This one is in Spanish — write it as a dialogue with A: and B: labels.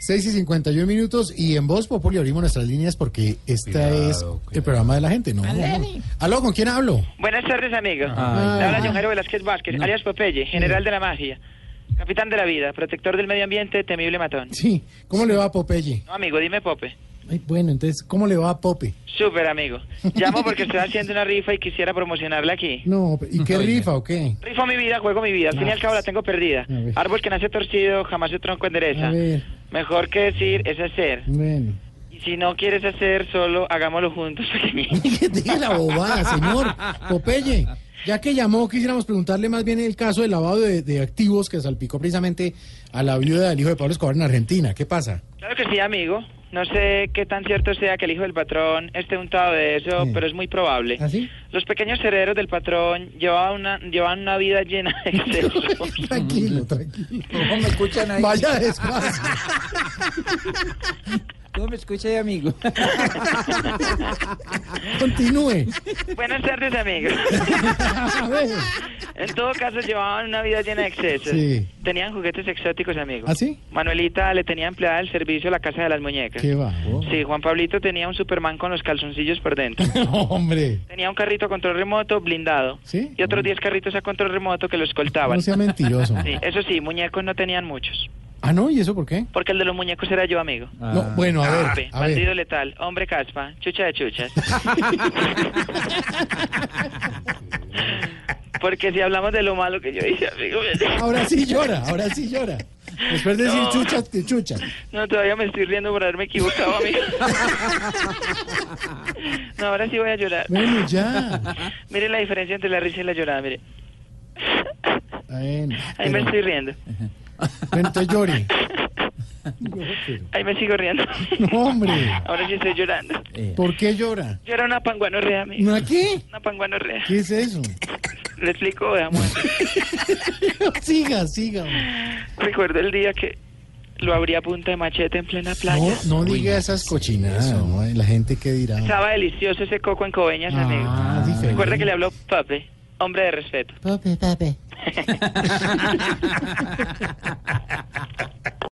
A: 6 y 51 minutos y en Voz Populi abrimos nuestras líneas porque este
B: Cuidado,
A: es el
B: cuidado.
A: programa de la gente, ¿no?
C: Aleni.
A: Aló, ¿con quién hablo?
C: Buenas tardes, amigo.
B: Ay.
C: Habla John Jairo Velázquez Vázquez, alias Popeye, general de la magia, capitán de la vida, protector del medio ambiente, temible matón.
A: Sí, ¿cómo le va a Popeye?
C: No, amigo, dime Pope.
A: Ay, bueno, entonces, ¿cómo le va a Pope?
C: Súper, amigo. Llamo porque estoy haciendo una rifa y quisiera promocionarla aquí.
A: No, ¿y qué rifa o qué?
C: Rifo mi vida, juego mi vida. Al fin y al cabo la tengo perdida.
A: A ver.
C: Árbol que nace torcido, jamás su tronco endereza.
A: A ver.
C: Mejor que decir es hacer.
A: Bueno.
C: Y si no quieres hacer, solo hagámoslo juntos, pequeñín.
A: Deje la bobada, señor. Popeye, ya que llamó, quisiéramos preguntarle más bien el caso del lavado de, de activos que salpicó precisamente a la viuda del hijo de Pablo Escobar en Argentina. ¿Qué pasa?
C: Claro que sí, amigo. No sé qué tan cierto sea que el hijo del patrón esté untado de eso,
A: Sí.
C: pero es muy probable.
A: ¿Ah, sí?
C: Los pequeños herederos del patrón llevaban una, llevan una vida llena de excesos.
A: tranquilo, tranquilo.
B: ¿Cómo me escuchan ahí?
A: Vaya despacio.
B: ¿Cómo me escucha ahí, amigo?
A: Continúe.
C: Buenas tardes, amigos.
A: A ver.
C: En todo caso, llevaban una vida llena de excesos.
A: Sí.
C: Tenían juguetes exóticos, amigos.
A: ¿Ah, sí?
C: Manuelita le tenía empleada el servicio a la casa de las muñecas.
A: ¿Qué va?
C: Sí, Juan Pablito tenía un Superman con los calzoncillos por dentro.
A: Hombre.
C: Tenía un carrito a control remoto blindado.
A: ¿Sí?
C: Y otros 10 carritos a control remoto que lo escoltaban.
A: No sea mentiroso.
C: Sí, eso sí, muñecos no tenían muchos.
A: Ah, no, ¿y eso por qué?
C: Porque el de los muñecos era yo, amigo.
A: No, bueno, a ver,
C: Ape,
A: a ver.
C: Ah, bandido letal, hombre caspa, chucha de chuchas. Porque si hablamos de lo malo que yo hice, amigo,
A: Ahora sí llora, ahora sí llora. Después de decir
C: No.
A: chuchas, te chuchas.
C: no, todavía me estoy riendo por haberme equivocado, amigo. No, ahora sí voy a llorar.
A: Bueno, ya.
C: Mire la diferencia entre la risa y la llorada, mire.
A: Bueno,
C: Ahí me
A: pero-
C: estoy riendo.
A: bueno, entonces llore. No, pero-
C: Ahí me sigo riendo.
A: No, hombre.
C: Ahora sí estoy llorando.
B: Eh,
A: ¿Por qué llora?
C: Yo era una panguanorrea, amigo.
A: ¿Una qué?
C: Una panguanorrea.
A: ¿Qué es eso?
C: Le explico, veamos.
A: siga, siga. hombre.
C: Recuerdo el día que lo abrí a punta de machete en plena playa.
A: No, no diga esas cochinadas. ¿no? La gente que dirá.
C: Estaba delicioso ese coco en Coveñas, amigo.
A: Ah, diferente.
C: Recuerda que le habló Pape, hombre de respeto.
A: Papi, papi.